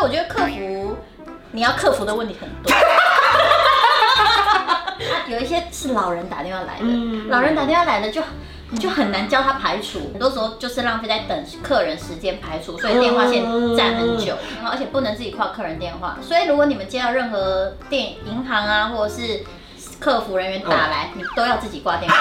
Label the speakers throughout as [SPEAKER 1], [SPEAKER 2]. [SPEAKER 1] 我觉得客服你要克服的问题很 多。啊有一些是老人打电话来的，
[SPEAKER 2] 嗯
[SPEAKER 1] 老人打电话来的就就很难教他排除，很多时候就是浪费在等客人时间排除，所以电话线站很久，然后而且不能自己挂客人电话，所以如果你们接到任何电银行啊或者是客服人员打来，你都要自己挂电话。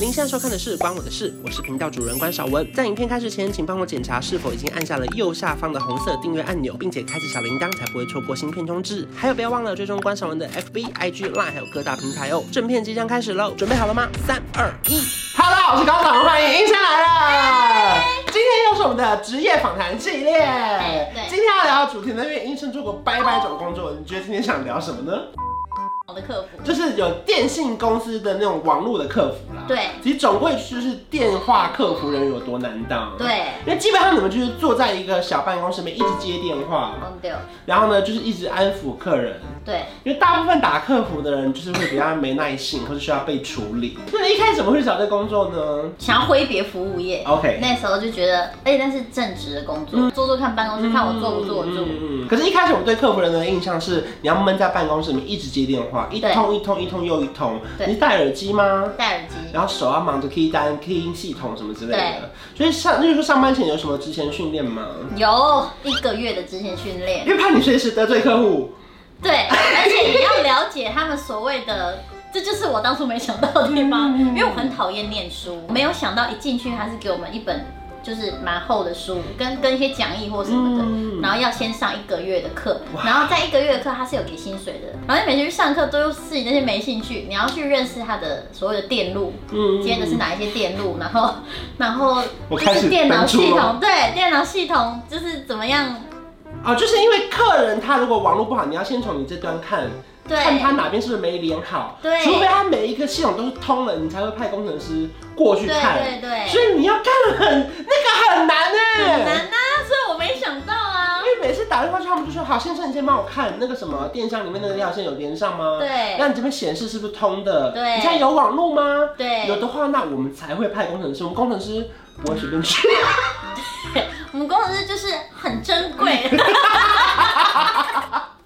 [SPEAKER 3] 您现在收看的是《关我的事》，我是频道主人关少文。在影片开始前，请帮我检查是否已经按下了右下方的红色订阅按钮，并且开启小铃铛，才不会错过新片通知。还有，不要忘了追踪关少文的 FB、IG、Line，还有各大平台哦。正片即将开始喽，准备好了吗？三、二、一。
[SPEAKER 2] 哈喽，我是高总，欢迎英先来了。今天又是我们的职业访谈系列
[SPEAKER 1] 哎对，
[SPEAKER 2] 今天要聊的主题呢，因为医生做过百百种工作，你觉得今天想聊什么呢？
[SPEAKER 1] 我的 客服
[SPEAKER 2] 就是有电信公司的那种网络的客服啦。
[SPEAKER 1] 对
[SPEAKER 2] 其实总归就是电话客服人员有多难当。。啊
[SPEAKER 1] 对，
[SPEAKER 2] 因为基本上你们就是坐在一个小办公室里面，一直接电话，
[SPEAKER 1] 嗯对
[SPEAKER 2] 然后呢就是一直安抚客人。
[SPEAKER 1] 对。
[SPEAKER 2] 因为大部分打客服的人就是会比较没耐性，或者需要被处理。那你一开始怎么会去找这工作呢
[SPEAKER 1] 想要挥别服务业。
[SPEAKER 2] ？OK，
[SPEAKER 1] 那时候就觉得，哎、那是正职的工作，做做看办公室，看我坐不坐得住。
[SPEAKER 2] 嗯嗯嗯可是，一开始我对客服人的印象是，你要闷在办公室里面一直接电话，一
[SPEAKER 1] 对
[SPEAKER 2] 通一通一通又一通。
[SPEAKER 1] 对
[SPEAKER 2] 你是戴耳机吗？
[SPEAKER 1] 戴耳机，
[SPEAKER 2] 然后手要忙着 key 单、key 音系统什么之类的。所以上，就是说上班前有什么之前训练吗？
[SPEAKER 1] 有一个月的之前训练
[SPEAKER 2] 因，为怕你随时得罪客户。
[SPEAKER 1] 对，而且也要了解他们所谓的。这就是我当初没想到的地
[SPEAKER 2] 嗯
[SPEAKER 1] 方，因为我很讨厌念书，没有想到一进去他是给我们一本就是蛮厚的书，跟跟一些讲义或什么的，
[SPEAKER 2] 嗯
[SPEAKER 1] 然后要先上一个月的课，
[SPEAKER 2] 哇
[SPEAKER 1] 然后在一个月的课他是有给薪水的，然后你每天去上课都是你那些没兴趣，你要去认识他的所有的电路，
[SPEAKER 2] 嗯
[SPEAKER 1] 接的是？哪一些电路，然后然后
[SPEAKER 2] 我
[SPEAKER 1] 就
[SPEAKER 2] 开
[SPEAKER 1] 是
[SPEAKER 2] 始
[SPEAKER 1] 电脑
[SPEAKER 2] 搬出
[SPEAKER 1] 系
[SPEAKER 2] 了
[SPEAKER 1] 统，对，电脑系统就是怎么样，
[SPEAKER 2] 啊，就是因为客人他如果网络不好，你要先从你这端看，
[SPEAKER 1] 对
[SPEAKER 2] 看他哪边是不是没连好。
[SPEAKER 1] 对
[SPEAKER 2] 除非他每一个系统都是通了，你才会派工程师过去
[SPEAKER 1] 对
[SPEAKER 2] 看。
[SPEAKER 1] 对
[SPEAKER 2] 所
[SPEAKER 1] 对，
[SPEAKER 2] 以你要看很那个很难呢、
[SPEAKER 1] 很难啊，所以我没想到啊
[SPEAKER 2] 因，为每次打电话去，他们就说：“好，先生，你先帮我看那个什么电商里面那个那条线有连上吗？
[SPEAKER 1] 对
[SPEAKER 2] 那你这边显示是不是通的？
[SPEAKER 1] 对
[SPEAKER 2] 你现在有网络吗？有
[SPEAKER 1] 对，
[SPEAKER 2] 的话，那我们才会派工程师。我们工程师不会随 便去。
[SPEAKER 1] 我们工程师就是很珍 贵，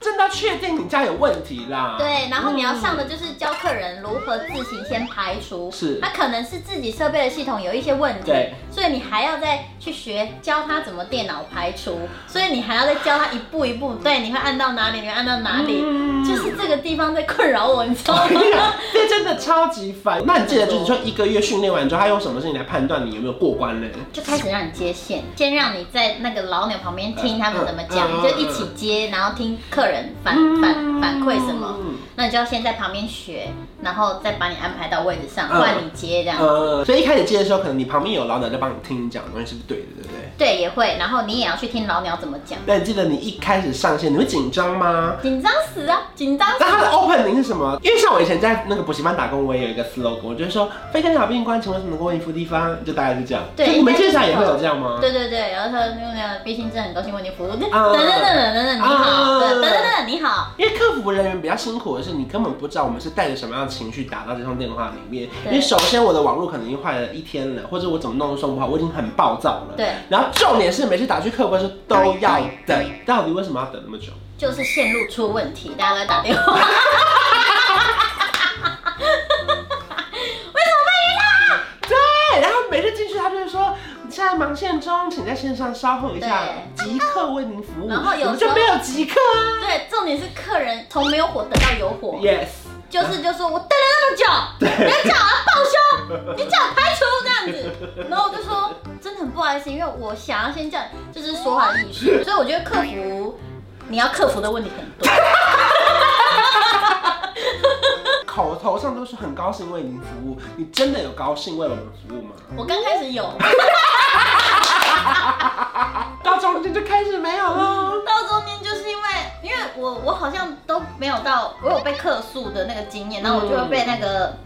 [SPEAKER 2] 真的要确定你家有问题啦。，
[SPEAKER 1] 对，然后你要上的就是教客人如何自行先排除。
[SPEAKER 2] 是
[SPEAKER 1] 他，可能是自己设备的系统有一些问题，
[SPEAKER 2] 对，
[SPEAKER 1] 所以你还要再去学教他怎么电脑排除，所以你还要再教他一步一步，对，你会按到哪里，你会按到哪里，
[SPEAKER 2] 嗯
[SPEAKER 1] 就是这个地方在困扰我，你知道吗？
[SPEAKER 2] 这真的超级烦。那你记得，就是说一个月训练完之后，他用什么事情来判断你有没有过关呢？
[SPEAKER 1] 就开始让你接线，先让你在那个老鸟旁边听他们怎么讲，
[SPEAKER 2] 嗯嗯
[SPEAKER 1] 就一起接，然后听客人反反反馈什么，
[SPEAKER 2] 嗯
[SPEAKER 1] 那你就要先在旁边学，然后再把你安排到位置上，
[SPEAKER 2] 嗯
[SPEAKER 1] 换你接这样。
[SPEAKER 2] 呃，所以一开始接的时候，可能你旁边有老奶在帮你听你讲的东西是不是对的，对不对？
[SPEAKER 1] 对，也会，然后你也要去听老鸟怎么讲，
[SPEAKER 2] 那你记得你一开始上线，你会紧张吗？
[SPEAKER 1] 紧张死啊，紧张死
[SPEAKER 2] 那！它 的 opening 是什么？因为像我以前在那个补习班打工，我也有一个 slogan，我就是说非跟小病关，请问什么过应付地方，就大概是这样。
[SPEAKER 1] 对
[SPEAKER 2] 所以你们现场也会有这样吗？
[SPEAKER 1] 对对对，然后他那个毕竟真的很高兴为您服务，等等
[SPEAKER 2] 啊
[SPEAKER 1] 等等等等你好，对等等等等你好，
[SPEAKER 2] 因为客服人员比较辛苦的是，你根本不知道我们是带着什么样的情绪打到这通电话里面。因
[SPEAKER 1] 对
[SPEAKER 2] 为首先我的网络可能已经坏了一天了，或者我怎么弄都送不好，我已经很暴躁了。
[SPEAKER 1] 对。
[SPEAKER 2] 然后重点是每次打去客服的时候都要等，到底为什么要等那么久？
[SPEAKER 1] 就是线路出问题，大家都在打电话。为什么被晕
[SPEAKER 2] 对，然后每次进去他就会说，你现在忙线中，请在线上稍后一下，即刻为您服务。
[SPEAKER 1] 然后有
[SPEAKER 2] 我们就
[SPEAKER 1] 时候
[SPEAKER 2] 没有即刻啊。
[SPEAKER 1] 啊？对，重点是客人从没有火等到有火，
[SPEAKER 2] Yes，
[SPEAKER 1] 就是就说我等了那么久，你要叫我要报销，你叫我排除这样子，然后我就说真的很不好意思，因为我想要先叫你，就是说话的艺术，所以我觉得客服你要克服的问题很多。
[SPEAKER 2] 口头上都是很高兴为您服务，你真的有高兴为我们服务吗？
[SPEAKER 1] 我刚开始有，
[SPEAKER 2] 到中间就开始没有了。
[SPEAKER 1] 到中间就是因为，因为我我好像都没有到，我有被客诉的那个经验，然后我就会被那个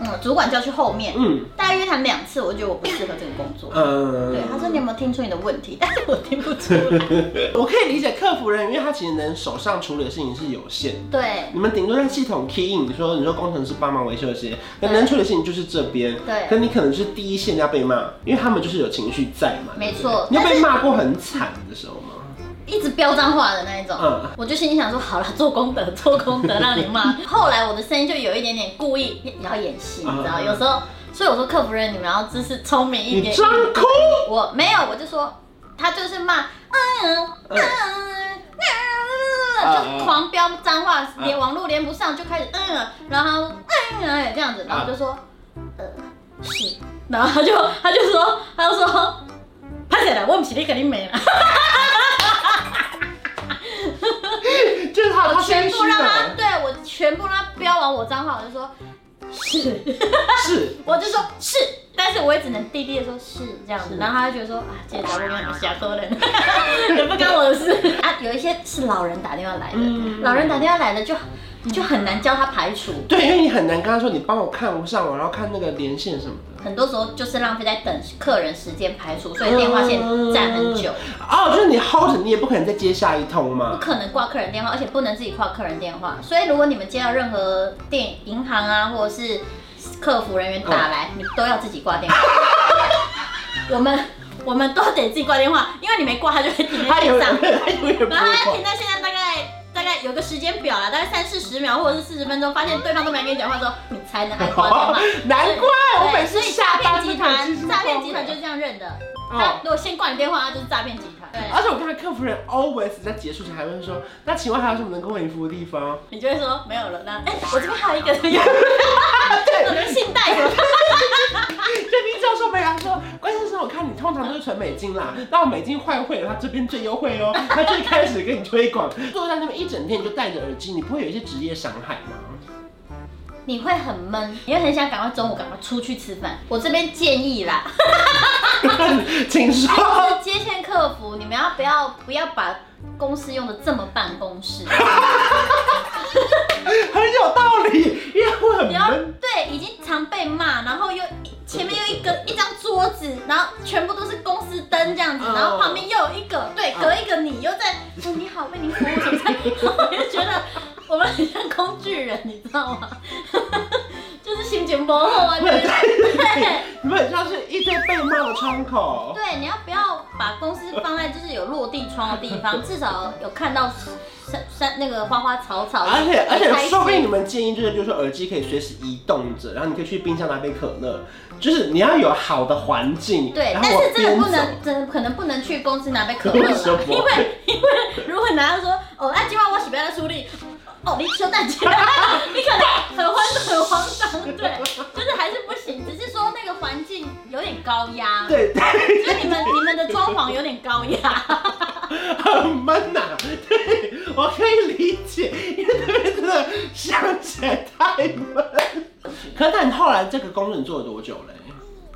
[SPEAKER 1] 嗯嗯，主管叫去后面，
[SPEAKER 2] 嗯
[SPEAKER 1] 大约谈两次，我就觉得我不适合这个工作。
[SPEAKER 2] 呃，
[SPEAKER 1] 对，他说你有没有听出你的问题？但是我听不出来。
[SPEAKER 2] 我可以理解客服人员，因为他其实能手上处理的事情是有限的。
[SPEAKER 1] 对
[SPEAKER 2] 你们顶多在系统 key in，你说你说工程师帮忙维修这些，可能处理的事情就是这边。
[SPEAKER 1] 对
[SPEAKER 2] 可你可能是第一线要被骂，因为他们就是有情绪在嘛。
[SPEAKER 1] 没
[SPEAKER 2] 对不对
[SPEAKER 1] 错
[SPEAKER 2] 你有
[SPEAKER 1] 但
[SPEAKER 2] 被
[SPEAKER 1] 是
[SPEAKER 2] 骂过很惨的时候吗？
[SPEAKER 1] 一直飙脏话的那一种，
[SPEAKER 2] 嗯
[SPEAKER 1] 我就心里想说，好了，做功德， 做功德，让你 骂。后来我的声音就有一点点故意要演戏，你知道，
[SPEAKER 2] 嗯
[SPEAKER 1] 有时候，所以我说客服人，你们要知识聪明一
[SPEAKER 2] 你
[SPEAKER 1] 点。
[SPEAKER 2] 装哭？
[SPEAKER 1] 我没有，我就说他就是骂，嗯嗯。
[SPEAKER 2] 嗯
[SPEAKER 1] 嗯，就狂飙脏话，连网络连不上，就开始嗯，然后嗯哎这样子，然后我就说，呃是，然后他就他就说他就说， 拍谁了？我们起立肯定没了。
[SPEAKER 2] 就是他
[SPEAKER 1] 我
[SPEAKER 2] 他
[SPEAKER 1] 哦全
[SPEAKER 2] 谦
[SPEAKER 1] 部
[SPEAKER 2] 虚
[SPEAKER 1] 让他
[SPEAKER 2] 了，
[SPEAKER 1] 对我全部让他飙完我脏话，我就说是，
[SPEAKER 2] 是
[SPEAKER 1] 我就说是，但是我也只能低低的说是这样子，然后他就觉得说啊，这家伙让你瞎说人， 也不干我的事啊。有一些是老人打电话来的，
[SPEAKER 2] 嗯
[SPEAKER 1] 老人打电话来的就你就很难叫他排除，
[SPEAKER 2] 对，因为你很难跟他说你帮我看不上我，然后看那个连线什么的。
[SPEAKER 1] 很多时候就是浪费在等客人时间排除，所以电话线站很久，
[SPEAKER 2] 哦，就是你 hold 着，你也不可能再接下一通
[SPEAKER 1] 不
[SPEAKER 2] 嘛。
[SPEAKER 1] 可能挂客人电话，而且不能自己挂客人电话。所以如果你们接到任何电银行啊，或者是客服人员打来，你都要自己挂电 话。我们我们都得自己挂电话，因为你没挂，他就会停在
[SPEAKER 2] 他有
[SPEAKER 1] 线 上
[SPEAKER 2] 人，，他有人不
[SPEAKER 1] 然后他
[SPEAKER 2] 会
[SPEAKER 1] 停在线上大概。大概有个时间表啦，大概三四十秒或者是四十分钟，发现对方都没跟你讲话之后，你才能来挂电
[SPEAKER 2] 哦
[SPEAKER 1] 话。
[SPEAKER 2] 难怪我每次
[SPEAKER 1] 对所以
[SPEAKER 2] 下
[SPEAKER 1] 诈
[SPEAKER 2] 单
[SPEAKER 1] 骗集
[SPEAKER 2] 都是
[SPEAKER 1] 团，诈骗
[SPEAKER 2] 空
[SPEAKER 1] 集
[SPEAKER 2] 的
[SPEAKER 1] 团就是这样认的。
[SPEAKER 2] 哦
[SPEAKER 1] 他如果先挂你电话，他就是诈骗集团。对，
[SPEAKER 2] 而且我看到客服人 always 在结束前还会说，那请问还有什么能够为你服务的地方？
[SPEAKER 1] 你就会说没有了。那哎、我这边还有一个，
[SPEAKER 2] 对
[SPEAKER 1] 我的信贷有
[SPEAKER 2] 就你教授被他说，关键是我看你通常都是存美金啦，那我美金换汇了，他这边最优惠哦，他最开始跟你推广，坐在那边一整天你就戴着耳机，你不会有一些职业伤害吗？
[SPEAKER 1] 你会很闷，你会很想赶快中午赶快出去吃饭。我这边建议啦，
[SPEAKER 2] 请说。
[SPEAKER 1] 就是接线客服，你们要不要不要把公司用的这么办公室？
[SPEAKER 2] 很有道理，因为会很
[SPEAKER 1] 你要
[SPEAKER 2] 闷。
[SPEAKER 1] 对，已经常被骂，然后又前面又一个一张桌子，然后全部都是公司灯这样子，
[SPEAKER 2] 哦
[SPEAKER 1] 然后旁边又有一个，对，隔一个你又在，哦你好，为您服务什么的，我就觉得我们很像工具人，你知道吗？ 就是心情不好啊，就
[SPEAKER 2] 对
[SPEAKER 1] 是
[SPEAKER 2] 对
[SPEAKER 1] 对
[SPEAKER 2] 对，你们很像是一堆被骂的窗口。
[SPEAKER 1] 对，你要不要把公司放在就是有落地窗的地 方，至少有看到山山那个花花草草，
[SPEAKER 2] 而且
[SPEAKER 1] 开
[SPEAKER 2] 而且，
[SPEAKER 1] 心
[SPEAKER 2] 说不定你们建议就是，就是说耳机可以随时移动着，然后你可以去冰箱拿杯可乐，就是你要有好的环境。
[SPEAKER 1] 对，
[SPEAKER 2] 然
[SPEAKER 1] 但
[SPEAKER 2] 后我
[SPEAKER 1] 是这个
[SPEAKER 2] 边
[SPEAKER 1] 不
[SPEAKER 2] 走。
[SPEAKER 1] 能，真的可能不能去公司拿 杯可乐
[SPEAKER 2] 为什么
[SPEAKER 1] 啦，因为因为如果拿到说哦，那今晚我洗不要出力，哦，你休蛋姐，啊 你可能很慌很慌张，对，就是还是不行，只是说那个环境有点高压，
[SPEAKER 2] 对，
[SPEAKER 1] 所以你们你们的装潢有点高压，
[SPEAKER 2] 很闷呐、对，我可以理解，因为那边真的想起来太闷。可那你后来这个工作你做了多久嘞？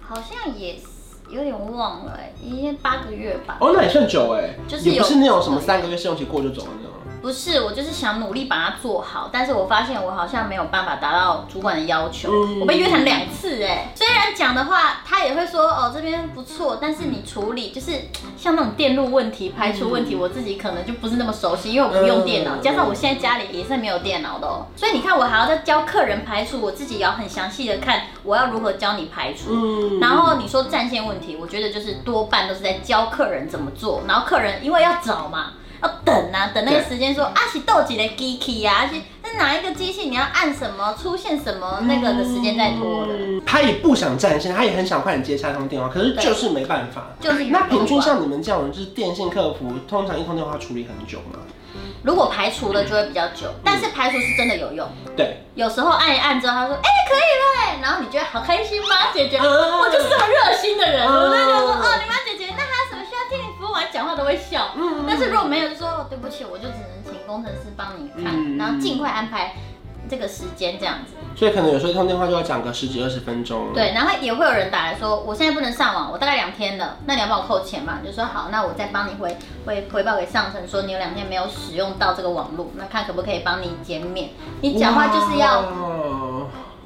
[SPEAKER 1] 好像也是有点忘了、欸，应该八个月吧。
[SPEAKER 2] 哦，那也算久哎，
[SPEAKER 1] 就是有嗯
[SPEAKER 2] 也不是那种什么三个月试用期过就走的那种。
[SPEAKER 1] 不是，我就是想努力把它做好，但是我发现我好像没有办法达到主管的要求，
[SPEAKER 2] 嗯
[SPEAKER 1] 我被约谈两次哎。虽然讲的话，他也会说哦这边不错，但是你处理就是像那种电路问题、排除问题，我自己可能就不是那么熟悉，因为我不用电脑，
[SPEAKER 2] 嗯
[SPEAKER 1] 加上我现在家里也是没有电脑的哦，所以你看我还要再教客人排除，我自己也要很详细的看我要如何教你排除。
[SPEAKER 2] 嗯
[SPEAKER 1] 然后你说战线问题，我觉得就是多半都是在教客人怎么做，然后客人因为要找嘛，要等啊，等那个时间说啊是斗几的机器啊，是那哪一个机器你要按什么，出现什么那个的时间再拖的，
[SPEAKER 2] 嗯他也不想占线，他也很想快点接下通电话，可是
[SPEAKER 1] 对
[SPEAKER 2] 就是没办法。
[SPEAKER 1] 就是
[SPEAKER 2] 那平均像你们这样人，就是电信客服，通常一通电话处理很久嘛？
[SPEAKER 1] 如果排除了就会比较久，但是排除是真的有用，
[SPEAKER 2] 对，
[SPEAKER 1] 有时候按一按之后他说哎、可以了欸，然后你觉得好开心吗？解决。
[SPEAKER 2] 啊
[SPEAKER 1] 我就是这么热心的人，
[SPEAKER 2] 嗯
[SPEAKER 1] 我就觉得说，哦，你们要解决，那还有什么需要替你服务，我还讲话都会笑。
[SPEAKER 2] 嗯
[SPEAKER 1] 但是如果没有，就说哦对不起，我就只能请工程师帮你看，
[SPEAKER 2] 嗯
[SPEAKER 1] 然后尽快安排这个时间这样子。
[SPEAKER 2] 所以可能有时候一通电话就要讲个十几二十分钟。
[SPEAKER 1] 对，然后也会有人打来说，我现在不能上网，我大概两天了，那你要帮我扣钱嘛？你就说好，那我再帮你回回回报给上层，说你有两天没有使用到这个网络，那看可不可以帮你减免。你讲话就是要
[SPEAKER 2] 哇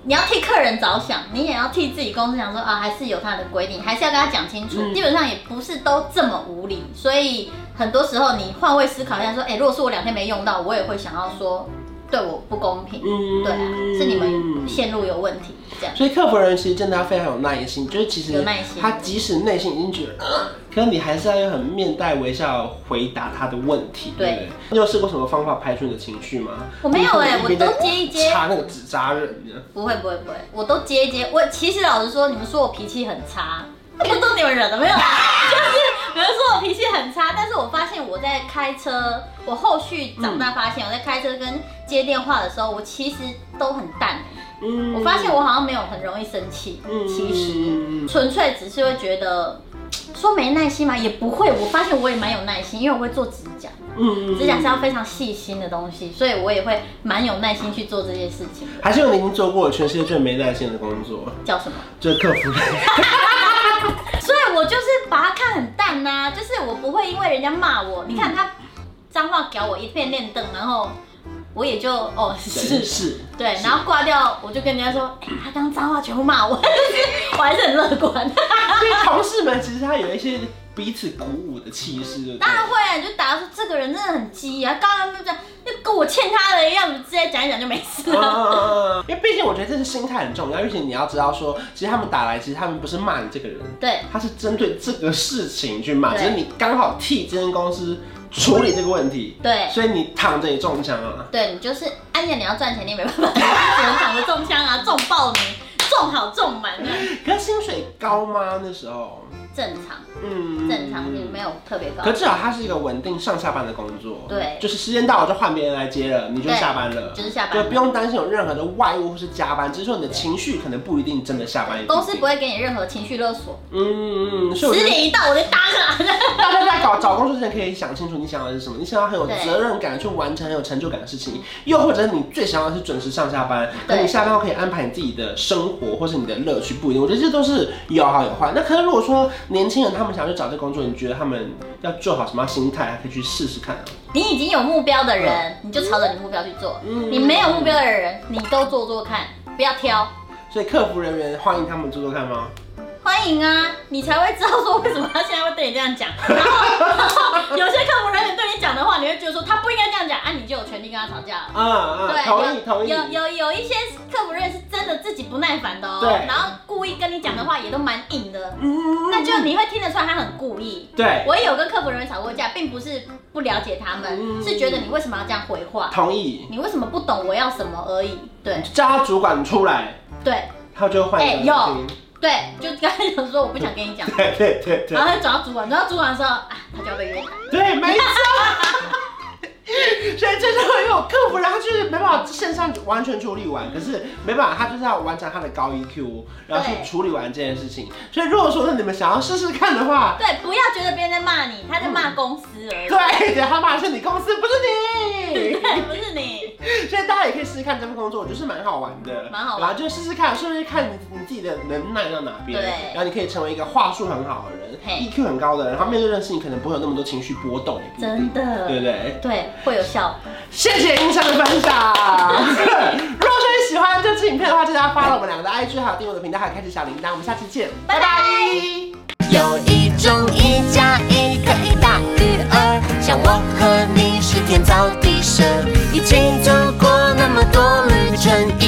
[SPEAKER 1] 你要替客人着想，你也要替自己公司想说啊，还是有他的规定，还是要跟他讲清楚。
[SPEAKER 2] 嗯
[SPEAKER 1] 基本上也不是都这么无理，所以很多时候你换位思考一下，说，哎、如果是我两天没用到，我也会想要说对我不公平。
[SPEAKER 2] 嗯
[SPEAKER 1] 对啊，是你们线路有问题，这样。
[SPEAKER 2] 所以客服人员其实真的要非常有耐心，就是其
[SPEAKER 1] 有
[SPEAKER 2] 实
[SPEAKER 1] 耐心
[SPEAKER 2] 他即使内心已经觉得，呃可是你还是要用很面带微笑回答他的问题。
[SPEAKER 1] 对
[SPEAKER 2] 不你有试过什么方法排除你的情绪吗？
[SPEAKER 1] 我没有哎、
[SPEAKER 2] 一
[SPEAKER 1] 我
[SPEAKER 2] 边在
[SPEAKER 1] 都接一接，
[SPEAKER 2] 插那个纸扎人这样。
[SPEAKER 1] 不会不会不会，我都接一接。我其实老实说，你们说我脾气很差，不都你们惹的没有 啦？就是有人说我脾气很差，但是我发现我在开车，我后续长大发现我在开车跟接电话的时候，我其实都很淡。
[SPEAKER 2] 嗯
[SPEAKER 1] 我发现我好像没有很容易生气，其实
[SPEAKER 2] 嗯
[SPEAKER 1] 纯粹只是会觉得。说没耐心嘛，也不会。我发现我也蛮有耐心，因为我会做指甲，
[SPEAKER 2] 嗯
[SPEAKER 1] 指甲是要非常细心的东西，所以我也会蛮有耐心去做这些事情。
[SPEAKER 2] 还是有你已经做过全世界最没耐心的工作，
[SPEAKER 1] 叫什么？
[SPEAKER 2] 就是客服人员。
[SPEAKER 1] 所以我就是把它看很淡呐、就是我不会因为人家骂我，你看他脏话给我一片练凳，然后我也就哦
[SPEAKER 2] 是
[SPEAKER 1] 是，
[SPEAKER 2] 是，
[SPEAKER 1] 对，然后挂掉，我就跟人家说，哎、他刚脏话全部骂我，我还是很乐观。
[SPEAKER 2] 所以同事们其实他有一些彼此鼓舞的气势，对不对
[SPEAKER 1] 当？然会啊，你就打说这个人真的很鸡啊，刚刚就这样，就跟我欠他的一样，直接讲一讲就没事了。
[SPEAKER 2] 嗯 因为毕竟我觉得这是心态很重要，而且你要知道说，其实他们打来，其实他们不是骂你这个人，
[SPEAKER 1] 对，
[SPEAKER 2] 他是针对这个事情去骂，
[SPEAKER 1] 对
[SPEAKER 2] 只是你刚好替这间公司处理这个问题，
[SPEAKER 1] 对
[SPEAKER 2] 所以你躺着也中枪啊。
[SPEAKER 1] 对你就是，安然你要赚钱，你也没办法，你只能躺着中枪啊，中爆你，中好中满啊，
[SPEAKER 2] 可是薪水高吗？那时候，
[SPEAKER 1] 正常
[SPEAKER 2] 嗯
[SPEAKER 1] 正常，也没有特别高。
[SPEAKER 2] 可至少它是一个稳定上下班的工作，
[SPEAKER 1] 对
[SPEAKER 2] 就是时间到了就换别人来接了，你就
[SPEAKER 1] 对
[SPEAKER 2] 下班了，
[SPEAKER 1] 就是下班
[SPEAKER 2] 对，
[SPEAKER 1] 了
[SPEAKER 2] 不用担心有任何的外务或是加班，只是说你的情绪可能不一定真的下班也一定，
[SPEAKER 1] 公司不会给你任何情绪勒索，
[SPEAKER 2] 嗯，嗯嗯，所以我
[SPEAKER 1] 十
[SPEAKER 2] 觉得
[SPEAKER 1] 点一到我就打卡。
[SPEAKER 2] 大家在搞找工作之前可以想清楚你想要的是什么，你想要很有责任感去完成很有成就感的事情，又或者是你最想要的是准时上下班，
[SPEAKER 1] 对
[SPEAKER 2] 那你下班后可以安排你自己的生活或是你的乐趣不一定，我觉得这都是有好有坏。那可是如果说年轻人他们想要去找这工作，你觉得他们要做好什么样心态，还可以去试试看啊。
[SPEAKER 1] 你已经有目标的人，你就朝着你目标去做；
[SPEAKER 2] 嗯
[SPEAKER 1] 你没有目标的人，你都做做看，不要挑。
[SPEAKER 2] 所以客服人员欢迎他们做做看吗？
[SPEAKER 1] 欢迎啊，你才会知道说为什么他现在会对你这样 讲。然后然后有些客服人员对你讲的话，你会觉得说他不应该这样讲，啊，你就有权利跟他吵架了。
[SPEAKER 2] 啊啊，
[SPEAKER 1] 对，
[SPEAKER 2] 同意
[SPEAKER 1] 有
[SPEAKER 2] 同意。
[SPEAKER 1] 有有有一些客服人员是真的自己不耐烦的哦，
[SPEAKER 2] 对
[SPEAKER 1] 然后故意跟你讲的话也都蛮硬的，
[SPEAKER 2] 嗯
[SPEAKER 1] 那就你会听得出来他很故意。
[SPEAKER 2] 对，
[SPEAKER 1] 我也有跟客服人员吵过架，并不是不了解他们，
[SPEAKER 2] 嗯
[SPEAKER 1] 是觉得你为什么要这样回话，
[SPEAKER 2] 同意。
[SPEAKER 1] 你为什么不懂我要什么而已。对
[SPEAKER 2] 叫他主管出来，
[SPEAKER 1] 对
[SPEAKER 2] 他就会换一
[SPEAKER 1] 哎
[SPEAKER 2] 个
[SPEAKER 1] 有
[SPEAKER 2] 人听。
[SPEAKER 1] 对，就刚才想说我不想跟你讲，
[SPEAKER 2] 对对对对
[SPEAKER 1] 然。后他转到主管，转到主管的时候，啊，他就要被约谈。
[SPEAKER 2] 对，没错。 所以这时候有客服人，他就是没办法线上完全处理完，可是没办法，他就是要完成他的高 EQ，然后去
[SPEAKER 1] 对
[SPEAKER 2] 处理完这件事情。所以如果说你们想要试试看的话，
[SPEAKER 1] 对，不要觉得别人在骂你，他在骂公司而已。
[SPEAKER 2] 对，他骂的是你公司，不是你。
[SPEAKER 1] 对，不是你。
[SPEAKER 2] 所以大家也可以试试看这份工作，我觉得是蛮好玩的，
[SPEAKER 1] 嗯蛮好玩
[SPEAKER 2] 然后就试试看，顺便看你你自己的能耐到哪边，
[SPEAKER 1] 对
[SPEAKER 2] 然后你可以成为一个话术很好的人
[SPEAKER 1] 嘿
[SPEAKER 2] ，EQ 很高的人，然后面对这件事情可能不会有那么多情绪波动，也不一
[SPEAKER 1] 真，
[SPEAKER 2] 定
[SPEAKER 1] 的
[SPEAKER 2] 对不对？
[SPEAKER 1] 对，会有效。
[SPEAKER 2] 谢谢英珊的分享。如果说你喜欢这支影片的话，记得要发了我们两个的 IG，还有订阅我的频道，还有开启小铃铛。我们下期见，拜拜
[SPEAKER 4] 有一种一加一可以大于二，像我和你是天造地设，一起走过那么多旅程，一